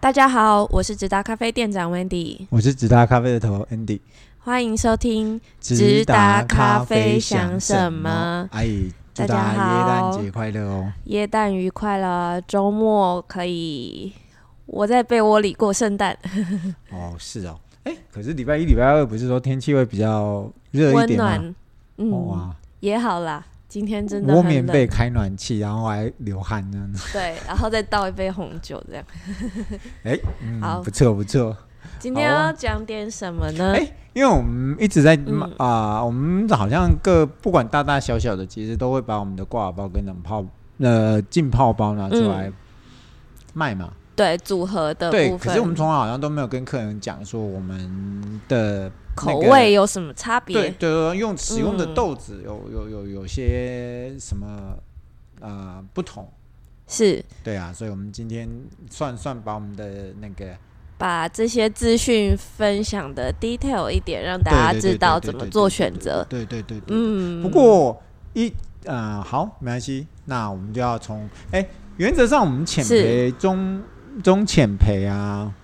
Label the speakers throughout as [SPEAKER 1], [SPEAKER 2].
[SPEAKER 1] 大家好，我是直达咖啡店长 Wendy，
[SPEAKER 2] 我是直达咖啡的头 Andy。
[SPEAKER 1] 欢迎收听。直
[SPEAKER 2] 直
[SPEAKER 1] 达
[SPEAKER 2] 达
[SPEAKER 1] 咖
[SPEAKER 2] 咖
[SPEAKER 1] 啡
[SPEAKER 2] 啡
[SPEAKER 1] 想什
[SPEAKER 2] 想什
[SPEAKER 1] 么
[SPEAKER 2] 么？哎，
[SPEAKER 1] 大家
[SPEAKER 2] 祝大家耶
[SPEAKER 1] 好
[SPEAKER 2] 诞节快乐哦！
[SPEAKER 1] 耶诞愉快了，周末可以我在被窝里过圣诞，
[SPEAKER 2] 哦，是哦。哎，可是礼拜一、礼拜二不是说天气会比较热一
[SPEAKER 1] 温
[SPEAKER 2] 点吗？
[SPEAKER 1] 暖，嗯，
[SPEAKER 2] 哦哇，
[SPEAKER 1] 也好啦。今天真的
[SPEAKER 2] 窝
[SPEAKER 1] 很
[SPEAKER 2] 棉
[SPEAKER 1] 冷
[SPEAKER 2] 被，开暖气，然后还流汗呢。
[SPEAKER 1] 对，然后再倒一杯红酒， 这样。
[SPEAKER 2] 哎，嗯
[SPEAKER 1] 好，
[SPEAKER 2] 不错不错。
[SPEAKER 1] 今天
[SPEAKER 2] 好啊
[SPEAKER 1] 要讲点什么呢？
[SPEAKER 2] 哎因为我们一直在
[SPEAKER 1] 嗯
[SPEAKER 2] 啊、我们好像各不管大大小小的，其实都会把我们的挂耳包跟冷泡呃浸泡包拿出
[SPEAKER 1] 嗯
[SPEAKER 2] 来卖嘛。
[SPEAKER 1] 对，组合的
[SPEAKER 2] 对，
[SPEAKER 1] 部
[SPEAKER 2] 可是我们
[SPEAKER 1] 分，
[SPEAKER 2] 从来好像都没有跟客人讲说我们的
[SPEAKER 1] 口
[SPEAKER 2] 那个
[SPEAKER 1] 味有什么差
[SPEAKER 2] 对
[SPEAKER 1] 别？
[SPEAKER 2] 对对，用使用的
[SPEAKER 1] 嗯
[SPEAKER 2] 豆子有、有有有些什么呃不同，
[SPEAKER 1] 是
[SPEAKER 2] 对啊，所以我们今天算算把我们的那个
[SPEAKER 1] 把这些资讯分享的 detail 一点，让大家
[SPEAKER 2] 对对对
[SPEAKER 1] 知道
[SPEAKER 2] 对
[SPEAKER 1] 怎
[SPEAKER 2] 对
[SPEAKER 1] 么
[SPEAKER 2] 对
[SPEAKER 1] 做
[SPEAKER 2] 对
[SPEAKER 1] 选
[SPEAKER 2] 对
[SPEAKER 1] 择。
[SPEAKER 2] 对对对对。
[SPEAKER 1] 嗯，
[SPEAKER 2] 不过一呃好，没关系，那我们就要从哎、原则上我们浅
[SPEAKER 1] 是
[SPEAKER 2] 培中中浅培啊。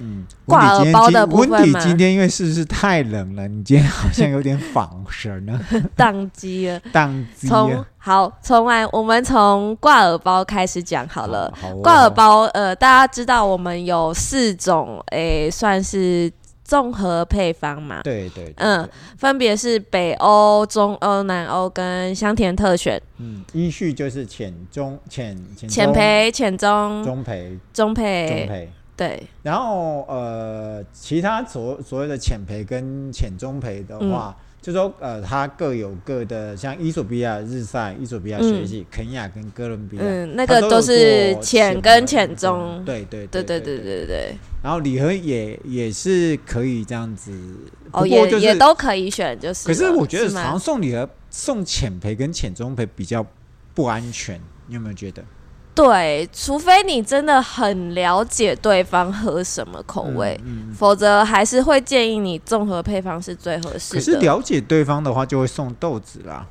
[SPEAKER 2] 嗯，温
[SPEAKER 1] 挂
[SPEAKER 2] 迪
[SPEAKER 1] 耳
[SPEAKER 2] 今天
[SPEAKER 1] 包
[SPEAKER 2] 今
[SPEAKER 1] 的部
[SPEAKER 2] 温
[SPEAKER 1] 分
[SPEAKER 2] 迪
[SPEAKER 1] 吗
[SPEAKER 2] 今天因为是不是太冷了？你今天好像有点仿神呢，
[SPEAKER 1] 宕机了。
[SPEAKER 2] 当机 啊
[SPEAKER 1] 从好，从来我们从挂耳包开始讲好了。，
[SPEAKER 2] 好哦
[SPEAKER 1] 挂耳包，呃，大家知道我们有四种，诶、算是综合配方嘛，
[SPEAKER 2] 对对，对
[SPEAKER 1] 嗯，
[SPEAKER 2] 对
[SPEAKER 1] 分别是北欧、中欧、南欧跟香甜特选，
[SPEAKER 2] 嗯，依序就是浅中浅浅
[SPEAKER 1] 浅
[SPEAKER 2] 中、
[SPEAKER 1] 培、浅中、
[SPEAKER 2] 中培、
[SPEAKER 1] 中
[SPEAKER 2] 中
[SPEAKER 1] 培，
[SPEAKER 2] 培，
[SPEAKER 1] 对，
[SPEAKER 2] 然后呃，其他所所谓的浅培跟浅中培的话，
[SPEAKER 1] 嗯
[SPEAKER 2] 就说呃，它各有各的，像伊索比亚日晒、伊索比亚水系、肯亚跟哥伦比亚，
[SPEAKER 1] 嗯，那
[SPEAKER 2] 它
[SPEAKER 1] 个都
[SPEAKER 2] 有
[SPEAKER 1] 是
[SPEAKER 2] 做
[SPEAKER 1] 浅
[SPEAKER 2] 培
[SPEAKER 1] 跟浅中，
[SPEAKER 2] 对对
[SPEAKER 1] 对对
[SPEAKER 2] 对
[SPEAKER 1] 对
[SPEAKER 2] 对。
[SPEAKER 1] 对对，
[SPEAKER 2] 然后礼盒也也是可以这样子，
[SPEAKER 1] 哦，
[SPEAKER 2] 不
[SPEAKER 1] 也
[SPEAKER 2] 过就是
[SPEAKER 1] 也都可以选，就是
[SPEAKER 2] 可
[SPEAKER 1] 了。
[SPEAKER 2] 是我觉得
[SPEAKER 1] 吗
[SPEAKER 2] 好像送礼盒送浅培跟浅中培比较不安全，你有没有觉得？
[SPEAKER 1] 对，除非你真的很了解对方喝什么口味，
[SPEAKER 2] 嗯，嗯
[SPEAKER 1] 否则还是会建议你综合配方是最合
[SPEAKER 2] 可
[SPEAKER 1] 适
[SPEAKER 2] 是
[SPEAKER 1] 的。
[SPEAKER 2] 了解对方的话，就会送豆子啦。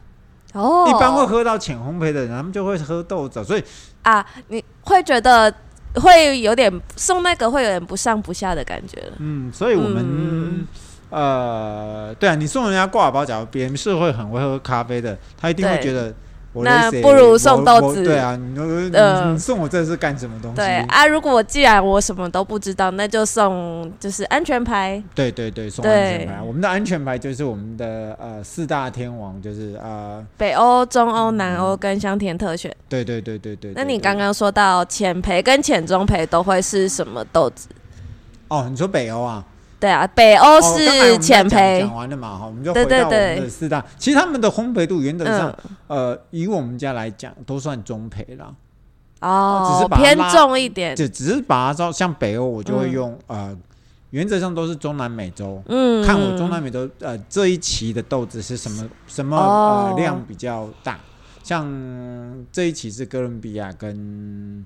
[SPEAKER 1] 哦，
[SPEAKER 2] 一般会喝到浅烘焙的人，他们就会喝豆子，所以
[SPEAKER 1] 啊，你会觉得会有点送那个会有点不上不下的感觉了。
[SPEAKER 2] 嗯，所以我们、
[SPEAKER 1] 嗯
[SPEAKER 2] 呃，对啊，你送人家挂耳包，假如别人是会很会喝咖啡的，他一定会
[SPEAKER 1] 对
[SPEAKER 2] 觉得我
[SPEAKER 1] 那
[SPEAKER 2] 勒谁
[SPEAKER 1] 不如
[SPEAKER 2] 我
[SPEAKER 1] 送豆
[SPEAKER 2] 我
[SPEAKER 1] 子
[SPEAKER 2] 对啊，你你
[SPEAKER 1] 呃
[SPEAKER 2] 你送我这是干什么东西？
[SPEAKER 1] 对啊，如果既然我什么都不知道，那就送就是安全牌。
[SPEAKER 2] 对对对，送安
[SPEAKER 1] 对
[SPEAKER 2] 全牌。我们的安全牌就是我们的呃四大天王，就是啊、呃，
[SPEAKER 1] 北欧、中欧、南欧跟香甜特选。
[SPEAKER 2] 对对对对嗯对。
[SPEAKER 1] 那
[SPEAKER 2] 对
[SPEAKER 1] 你
[SPEAKER 2] 对
[SPEAKER 1] 刚刚说到浅培跟浅中培都会是什么豆子？
[SPEAKER 2] 哦，你说北欧啊？
[SPEAKER 1] 对啊，北欧
[SPEAKER 2] 哦刚才我们
[SPEAKER 1] 是
[SPEAKER 2] 在
[SPEAKER 1] 浅
[SPEAKER 2] 讲
[SPEAKER 1] 培
[SPEAKER 2] 讲，完了嘛，哈，我们就
[SPEAKER 1] 对
[SPEAKER 2] 回
[SPEAKER 1] 对
[SPEAKER 2] 到我们
[SPEAKER 1] 对
[SPEAKER 2] 的四大。其实他们的烘焙度原则上
[SPEAKER 1] 嗯，
[SPEAKER 2] 呃，以我们家来讲，都算中培啦，
[SPEAKER 1] 哦，
[SPEAKER 2] 只是把它
[SPEAKER 1] 偏
[SPEAKER 2] 拉
[SPEAKER 1] 重一点，
[SPEAKER 2] 只只是把它照像北欧，我就会
[SPEAKER 1] 嗯
[SPEAKER 2] 用、呃，原则上都是中南美洲。
[SPEAKER 1] 嗯，
[SPEAKER 2] 看我中南美洲呃这一期的豆子是什么什么、
[SPEAKER 1] 哦
[SPEAKER 2] 呃量比较大，像这一期是哥伦比亚跟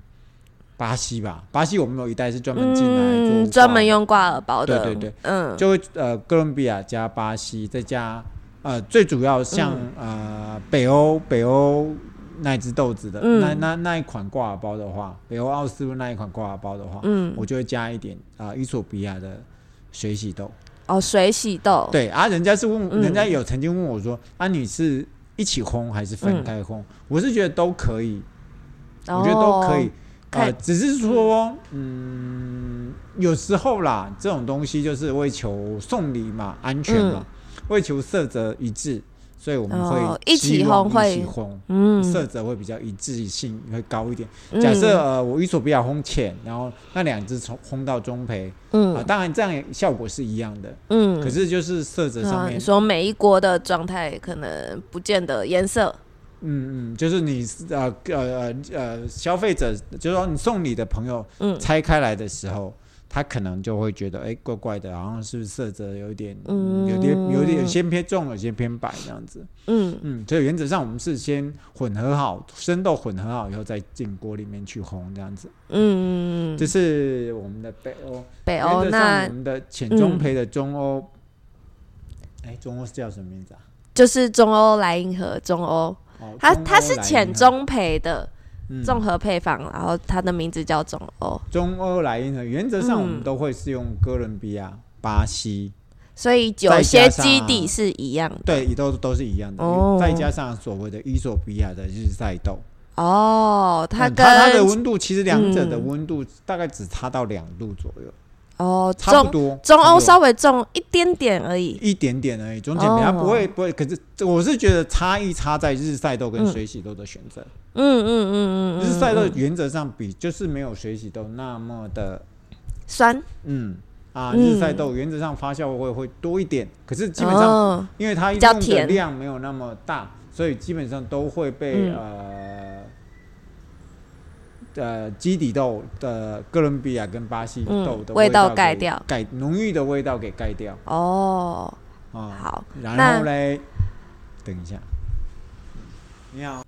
[SPEAKER 2] 巴西吧，巴西我们有一代是专门进来做
[SPEAKER 1] 嗯，
[SPEAKER 2] 挂
[SPEAKER 1] 专门用挂耳包的，
[SPEAKER 2] 对对对，
[SPEAKER 1] 嗯，
[SPEAKER 2] 就会呃哥伦比亚加巴西再加呃最主要像、
[SPEAKER 1] 嗯
[SPEAKER 2] 呃北欧北欧那一只豆子的、
[SPEAKER 1] 嗯
[SPEAKER 2] 那那那一款挂耳包的话，北欧奥斯陆那一款挂耳包的话，
[SPEAKER 1] 嗯，
[SPEAKER 2] 我就会加一点啊、呃、伊索比亚的水洗豆。
[SPEAKER 1] 哦，水洗豆，，
[SPEAKER 2] 对啊，人家是问，
[SPEAKER 1] 嗯
[SPEAKER 2] 人家有曾经问我说啊你是一起烘还是分开
[SPEAKER 1] 嗯
[SPEAKER 2] 烘？我是觉得都可以，我觉得都可以。，呃，
[SPEAKER 1] 哦看
[SPEAKER 2] 只是说，嗯，有时候啦，这种东西就是为求送礼嘛，安全嘛，为求色泽一致，所以我们
[SPEAKER 1] 嗯哦
[SPEAKER 2] 会
[SPEAKER 1] 一起
[SPEAKER 2] 希望
[SPEAKER 1] 烘会
[SPEAKER 2] 一起烘，
[SPEAKER 1] 嗯，
[SPEAKER 2] 色泽会比较一致性会高一点。
[SPEAKER 1] 嗯
[SPEAKER 2] 假设，呃，我伊索比亚烘浅，然后那两只从烘到中培啊、
[SPEAKER 1] 嗯
[SPEAKER 2] 当然这样也效果是一样的，
[SPEAKER 1] 嗯，
[SPEAKER 2] 可是就是色泽上
[SPEAKER 1] 啊
[SPEAKER 2] 面
[SPEAKER 1] 你说每一锅的状态可能不见得颜色，
[SPEAKER 2] 嗯嗯，就是你呃呃呃呃，消费者就是说你送你的朋友
[SPEAKER 1] 嗯
[SPEAKER 2] 拆开来的时候，他可能就会觉得哎、诶怪怪的，好像是不是色泽有一点，嗯，有点有点有些偏重，有些偏白这样子。
[SPEAKER 1] 嗯，
[SPEAKER 2] 嗯，所以原则上我们是先混合好生豆，混合好以后再进锅里面去烘这样子。
[SPEAKER 1] 嗯，
[SPEAKER 2] 这是我们的北欧，
[SPEAKER 1] 北
[SPEAKER 2] 原
[SPEAKER 1] 欧
[SPEAKER 2] 则上
[SPEAKER 1] 那
[SPEAKER 2] 我们的浅
[SPEAKER 1] 嗯
[SPEAKER 2] 中培的中欧，哎、中欧是叫什么名字啊？
[SPEAKER 1] 就是中欧莱茵河中欧，
[SPEAKER 2] 哦，
[SPEAKER 1] 它
[SPEAKER 2] 中
[SPEAKER 1] 它
[SPEAKER 2] 欧
[SPEAKER 1] 是
[SPEAKER 2] 莱茵
[SPEAKER 1] 浅
[SPEAKER 2] 河
[SPEAKER 1] 中培的，
[SPEAKER 2] 嗯
[SPEAKER 1] 综合配方，然后它的名字叫中欧，
[SPEAKER 2] 中欧莱茵河，原则上我们
[SPEAKER 1] 嗯
[SPEAKER 2] 都会是用哥伦比亚、巴西，
[SPEAKER 1] 所以有些基底是一样的
[SPEAKER 2] 对，也都都是一样的。
[SPEAKER 1] 哦
[SPEAKER 2] 再加上所谓的伊索比亚的日晒豆，
[SPEAKER 1] 哦。它
[SPEAKER 2] 嗯
[SPEAKER 1] 跟
[SPEAKER 2] 它它的温度其实两者的
[SPEAKER 1] 嗯
[SPEAKER 2] 温度大概只差到两度左右，
[SPEAKER 1] 哦
[SPEAKER 2] 差不
[SPEAKER 1] 中
[SPEAKER 2] 多。
[SPEAKER 1] 中欧
[SPEAKER 2] 差
[SPEAKER 1] 稍微重一点点而
[SPEAKER 2] 不
[SPEAKER 1] 已
[SPEAKER 2] 多一点点而已，中间比它
[SPEAKER 1] 哦
[SPEAKER 2] 不会不会，可是这我是觉得差异差在日晒豆跟水洗豆的选择。
[SPEAKER 1] 嗯。嗯嗯嗯嗯，
[SPEAKER 2] 日晒
[SPEAKER 1] 嗯
[SPEAKER 2] 豆原则上比就是没有水洗豆那么的
[SPEAKER 1] 酸，
[SPEAKER 2] 嗯啊，
[SPEAKER 1] 嗯
[SPEAKER 2] 日晒豆原则上发酵味会多一点，可是基本上
[SPEAKER 1] 哦，
[SPEAKER 2] 因为它
[SPEAKER 1] 比较
[SPEAKER 2] 用的
[SPEAKER 1] 甜
[SPEAKER 2] 量没有那么大，所以基本上都会被、
[SPEAKER 1] 嗯
[SPEAKER 2] 呃呃基底豆的哥伦比亚跟巴西
[SPEAKER 1] 嗯
[SPEAKER 2] 豆的
[SPEAKER 1] 味道
[SPEAKER 2] 给
[SPEAKER 1] 盖掉
[SPEAKER 2] 盖浓郁的味道给盖掉
[SPEAKER 1] 哦，
[SPEAKER 2] 啊。
[SPEAKER 1] 好，
[SPEAKER 2] 然
[SPEAKER 1] 那
[SPEAKER 2] 后嘞，等一下，你好，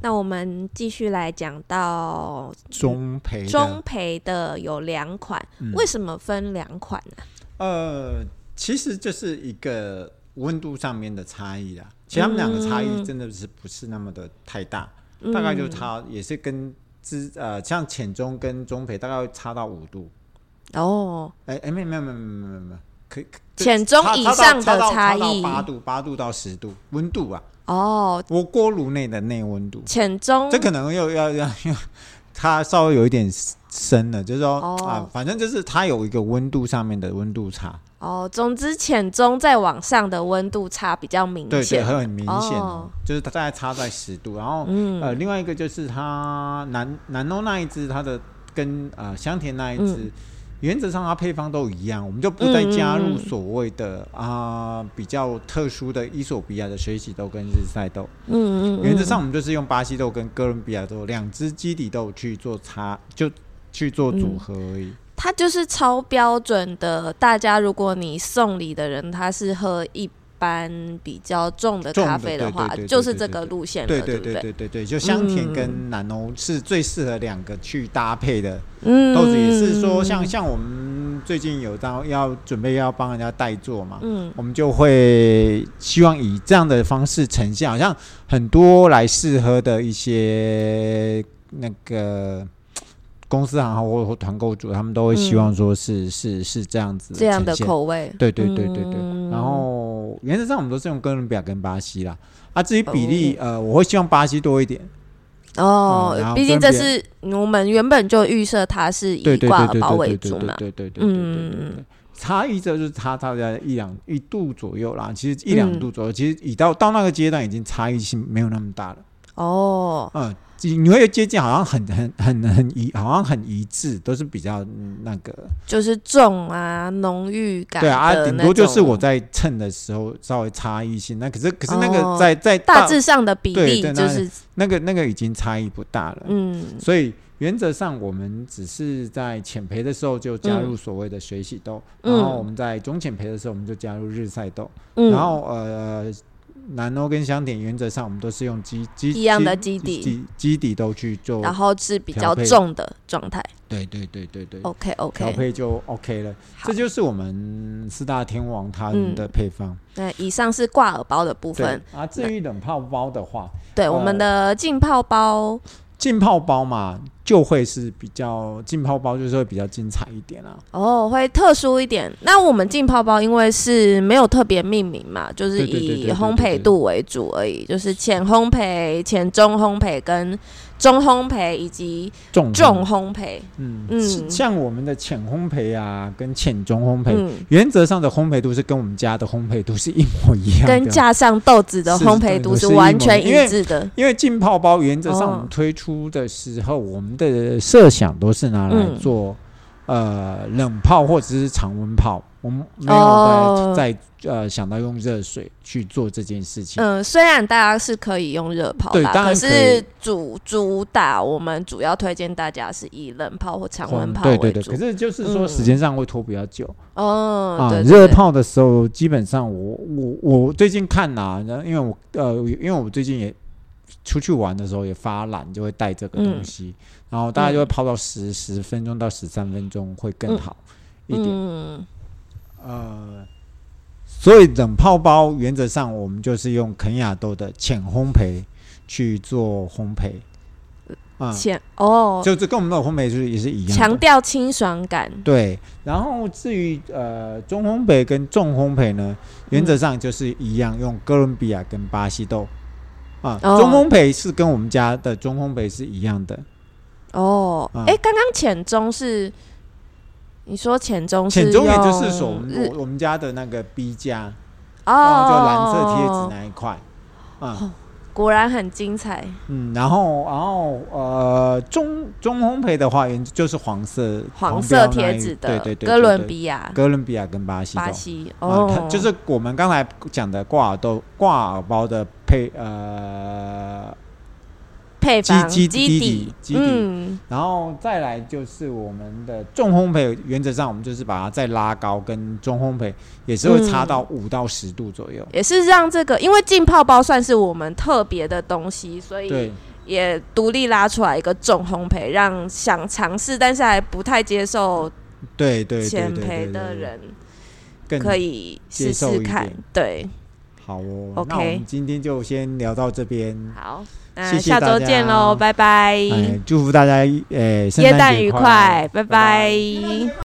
[SPEAKER 1] 那我们继续来讲到
[SPEAKER 2] 中培的
[SPEAKER 1] 中培的有两款，
[SPEAKER 2] 嗯
[SPEAKER 1] 为什么分两款呢、
[SPEAKER 2] 呃，其实就是一个温度上面的差异啦。其实他们两个差异
[SPEAKER 1] 嗯
[SPEAKER 2] 真的是不是那么的太大，
[SPEAKER 1] 嗯
[SPEAKER 2] 大概就差也是跟之呃，像浅中跟中培大概会差到五度。
[SPEAKER 1] 哦，
[SPEAKER 2] 哎、哎，没有没有没有没有没有没有，可以可
[SPEAKER 1] 浅中
[SPEAKER 2] 差
[SPEAKER 1] 以
[SPEAKER 2] 差到
[SPEAKER 1] 上
[SPEAKER 2] 差
[SPEAKER 1] 的
[SPEAKER 2] 到
[SPEAKER 1] 差
[SPEAKER 2] 差到
[SPEAKER 1] 异
[SPEAKER 2] 八度八度到十度温度啊，
[SPEAKER 1] 哦，
[SPEAKER 2] 我锅炉内的内温度，
[SPEAKER 1] 浅中
[SPEAKER 2] 这可能又要要要，它稍微有一点深了，就是说啊、
[SPEAKER 1] 哦
[SPEAKER 2] 反正就是它有一个温度上面的温度差。
[SPEAKER 1] 哦，总之浅中再往上的温度差比较明
[SPEAKER 2] 对对，
[SPEAKER 1] 显。
[SPEAKER 2] 很明显、哦
[SPEAKER 1] 哦，
[SPEAKER 2] 就是它大概差在十度。然后、
[SPEAKER 1] 嗯
[SPEAKER 2] 呃，另外一个就是它南南欧那一只，它的跟呃香甜那一只，原则上它配方都一样，我们就不再加
[SPEAKER 1] 嗯嗯嗯
[SPEAKER 2] 入
[SPEAKER 1] 嗯
[SPEAKER 2] 所谓的啊、比较特殊的伊索比亚的水洗豆跟日晒豆。
[SPEAKER 1] 嗯嗯嗯，
[SPEAKER 2] 原则上我们就是用巴西豆跟哥伦比亚豆两只基底豆去做差，就去做组
[SPEAKER 1] 嗯
[SPEAKER 2] 合而已。
[SPEAKER 1] 它就是超标准的。大家如果你送礼的人他是喝一般比较重的
[SPEAKER 2] 重的
[SPEAKER 1] 咖啡的话
[SPEAKER 2] 对对对，对
[SPEAKER 1] 就是这个路线了，
[SPEAKER 2] 对
[SPEAKER 1] 对嗯
[SPEAKER 2] 对
[SPEAKER 1] 不
[SPEAKER 2] 对？对对对，就香甜跟南欧是最适合两个去搭配的。
[SPEAKER 1] 嗯，
[SPEAKER 2] 豆子也是说像，像我们最近有到要准备要帮人家代做嘛，
[SPEAKER 1] 嗯
[SPEAKER 2] 我们就会希望以这样的方式呈现，好像很多来试喝的一些那个公司行号或或团购主，他们都会希望说是、是是这样子
[SPEAKER 1] 嗯这样的
[SPEAKER 2] 呈现
[SPEAKER 1] 口味，
[SPEAKER 2] 对对对对对。
[SPEAKER 1] 嗯
[SPEAKER 2] 然后原则上我们都是用哥伦比亚跟巴西啦，啊，至于比例，呃，我会希望巴西多一点。
[SPEAKER 1] 哦
[SPEAKER 2] 嗯然后，
[SPEAKER 1] 毕竟
[SPEAKER 2] 跟
[SPEAKER 1] 这
[SPEAKER 2] 别
[SPEAKER 1] 是我们原本就预设它是
[SPEAKER 2] 对
[SPEAKER 1] 以
[SPEAKER 2] 对
[SPEAKER 1] 挂
[SPEAKER 2] 对
[SPEAKER 1] 耳
[SPEAKER 2] 对
[SPEAKER 1] 包
[SPEAKER 2] 对
[SPEAKER 1] 为
[SPEAKER 2] 对对
[SPEAKER 1] 主嘛。
[SPEAKER 2] 对对对对对对对
[SPEAKER 1] 嗯。
[SPEAKER 2] 差异这就是差大概一两一度左右啦，其实一两
[SPEAKER 1] 嗯
[SPEAKER 2] 度左右，其实已到到那个阶段已经差异性没有那么大了，
[SPEAKER 1] 哦，
[SPEAKER 2] 嗯，你你会接近好像很很很很一，好像很一致，都是比较嗯那个，
[SPEAKER 1] 就是重啊，浓郁感
[SPEAKER 2] 对啊，啊
[SPEAKER 1] 的
[SPEAKER 2] 顶
[SPEAKER 1] 那
[SPEAKER 2] 多就是
[SPEAKER 1] 种
[SPEAKER 2] 我在称的时候稍微差异性，那可是可是那
[SPEAKER 1] 哦
[SPEAKER 2] 个在在
[SPEAKER 1] 大致上的比
[SPEAKER 2] 对
[SPEAKER 1] 例
[SPEAKER 2] 对
[SPEAKER 1] 就
[SPEAKER 2] 那
[SPEAKER 1] 是
[SPEAKER 2] 那个那个已经差异不大了，
[SPEAKER 1] 嗯
[SPEAKER 2] 所以原则上，我们只是在浅培的时候就加入所谓的水洗豆，
[SPEAKER 1] 嗯
[SPEAKER 2] 然后我们在中浅培的时候，我们就加入日晒豆，
[SPEAKER 1] 嗯，
[SPEAKER 2] 然后呃，南欧跟香点原则上我们都是用基基
[SPEAKER 1] 一样的基底
[SPEAKER 2] 基基底豆去做，
[SPEAKER 1] 然后是比
[SPEAKER 2] 调
[SPEAKER 1] 较
[SPEAKER 2] 配
[SPEAKER 1] 重的状态。
[SPEAKER 2] 对对对对对，
[SPEAKER 1] OK
[SPEAKER 2] 调
[SPEAKER 1] OK，
[SPEAKER 2] 配就 OK 了。
[SPEAKER 1] 好
[SPEAKER 2] 这就是我们四大天王他们的配方。
[SPEAKER 1] 那以上是挂耳包的部
[SPEAKER 2] 对
[SPEAKER 1] 分。
[SPEAKER 2] 啊，至于冷泡包的话，
[SPEAKER 1] 对，我们的浸泡包，
[SPEAKER 2] 浸泡包嘛就会是比较浸泡包就是会比较精彩一点啦、
[SPEAKER 1] 哦，会特殊一点。那我们浸泡包因为是没有特别命名嘛，就是
[SPEAKER 2] 对对对对
[SPEAKER 1] 以
[SPEAKER 2] 对
[SPEAKER 1] 烘
[SPEAKER 2] 对
[SPEAKER 1] 焙度为主而已，就是浅烘焙、浅中烘焙跟中烘焙以及
[SPEAKER 2] 重
[SPEAKER 1] 重烘焙。
[SPEAKER 2] 嗯，
[SPEAKER 1] 嗯
[SPEAKER 2] 是像我们的浅烘焙啊，跟浅中烘焙，
[SPEAKER 1] 嗯，
[SPEAKER 2] 原则上的烘焙度是跟我们家的烘焙度是一模一样的。
[SPEAKER 1] 跟加上豆子的
[SPEAKER 2] 是
[SPEAKER 1] 烘
[SPEAKER 2] 对
[SPEAKER 1] 焙度
[SPEAKER 2] 都
[SPEAKER 1] 是
[SPEAKER 2] 是一
[SPEAKER 1] 完
[SPEAKER 2] 模
[SPEAKER 1] 全
[SPEAKER 2] 因为
[SPEAKER 1] 一致的。
[SPEAKER 2] 因为浸泡包原则上
[SPEAKER 1] 哦
[SPEAKER 2] 我们推出的时候，我们的设想都是拿来
[SPEAKER 1] 嗯
[SPEAKER 2] 做、呃冷泡或者是常温泡，我们没有在、
[SPEAKER 1] 哦
[SPEAKER 2] 在呃想到用热水去做这件事情。
[SPEAKER 1] 嗯，虽然大家是可以用热泡
[SPEAKER 2] 对
[SPEAKER 1] 啦，
[SPEAKER 2] 当然可以
[SPEAKER 1] 是主主打我们主要推荐大家是以冷泡或常温泡
[SPEAKER 2] 对
[SPEAKER 1] 为
[SPEAKER 2] 对对，
[SPEAKER 1] 主
[SPEAKER 2] 可。是就是说
[SPEAKER 1] 嗯
[SPEAKER 2] 时间上会拖比较久、
[SPEAKER 1] 哦，
[SPEAKER 2] 啊。
[SPEAKER 1] 对，
[SPEAKER 2] 热
[SPEAKER 1] 对对
[SPEAKER 2] 泡的时候，基本上我我我最近看呐、然后因为我呃，因为我最近也出去玩的时候也发懒，就会带这个东西，
[SPEAKER 1] 嗯
[SPEAKER 2] 然后大概就会泡到十十、分钟到十三分钟会更好一点。
[SPEAKER 1] 嗯，
[SPEAKER 2] 呃，所以冷泡包原则上我们就是用肯亚豆的浅烘焙去做烘焙，嗯，
[SPEAKER 1] 前哦，
[SPEAKER 2] 就这跟我们的烘焙就是也是一样的。
[SPEAKER 1] 强调清爽感，
[SPEAKER 2] 对，然后至于呃中烘焙跟重烘焙呢，
[SPEAKER 1] 嗯
[SPEAKER 2] 原则上就是一样，用哥伦比亚跟巴西豆啊。
[SPEAKER 1] 哦
[SPEAKER 2] 中烘焙是跟我们家的中烘焙是一样的，
[SPEAKER 1] 哦，
[SPEAKER 2] 嗯
[SPEAKER 1] 哎、刚刚浅棕是你说浅棕是
[SPEAKER 2] 浅棕也就是
[SPEAKER 1] 用
[SPEAKER 2] 说我们
[SPEAKER 1] 日
[SPEAKER 2] 我我们家的那个 B 加，
[SPEAKER 1] 哦，
[SPEAKER 2] 啊，就蓝色贴纸那一块。啊，
[SPEAKER 1] 果然很精彩
[SPEAKER 2] 嗯，然后，然后，呃，中中烘焙的话，原就是黄色
[SPEAKER 1] 黄色
[SPEAKER 2] 标那
[SPEAKER 1] 贴
[SPEAKER 2] 一
[SPEAKER 1] 纸
[SPEAKER 2] 对
[SPEAKER 1] 的
[SPEAKER 2] 对对对，
[SPEAKER 1] 哥伦
[SPEAKER 2] 亚、
[SPEAKER 1] 比亚、
[SPEAKER 2] 哥伦比亚跟巴西豆
[SPEAKER 1] 巴西
[SPEAKER 2] 啊，它
[SPEAKER 1] 哦，
[SPEAKER 2] 就是我们刚才讲的挂耳豆、挂耳包的配呃，
[SPEAKER 1] 配方
[SPEAKER 2] 基基
[SPEAKER 1] 基
[SPEAKER 2] 基底基底
[SPEAKER 1] 嗯，
[SPEAKER 2] 然后再来就是我们的重烘焙，原则上我们就是把它再拉高，跟中烘焙也是会
[SPEAKER 1] 嗯
[SPEAKER 2] 差到五到十度左右。
[SPEAKER 1] 也是让这个，因为浸泡包算是我们特别的东西，所以
[SPEAKER 2] 对，
[SPEAKER 1] 也独立拉出来一个重烘焙，让想尝试但是还不太接受
[SPEAKER 2] 对对对
[SPEAKER 1] 浅
[SPEAKER 2] 对
[SPEAKER 1] 焙
[SPEAKER 2] 对
[SPEAKER 1] 的
[SPEAKER 2] 对，
[SPEAKER 1] 人
[SPEAKER 2] 更
[SPEAKER 1] 可以试
[SPEAKER 2] 接受
[SPEAKER 1] 试
[SPEAKER 2] 一
[SPEAKER 1] 看
[SPEAKER 2] 点，
[SPEAKER 1] 对。
[SPEAKER 2] 好哦。
[SPEAKER 1] OK
[SPEAKER 2] 那我们今天就先聊到这边，
[SPEAKER 1] 好，那
[SPEAKER 2] 谢谢
[SPEAKER 1] 下
[SPEAKER 2] 大
[SPEAKER 1] 周
[SPEAKER 2] 家哎
[SPEAKER 1] 见喽，拜拜，
[SPEAKER 2] 哎，祝福大家，呃，圣
[SPEAKER 1] 耶
[SPEAKER 2] 诞
[SPEAKER 1] 诞
[SPEAKER 2] 节
[SPEAKER 1] 愉
[SPEAKER 2] 快乐，
[SPEAKER 1] 快，拜拜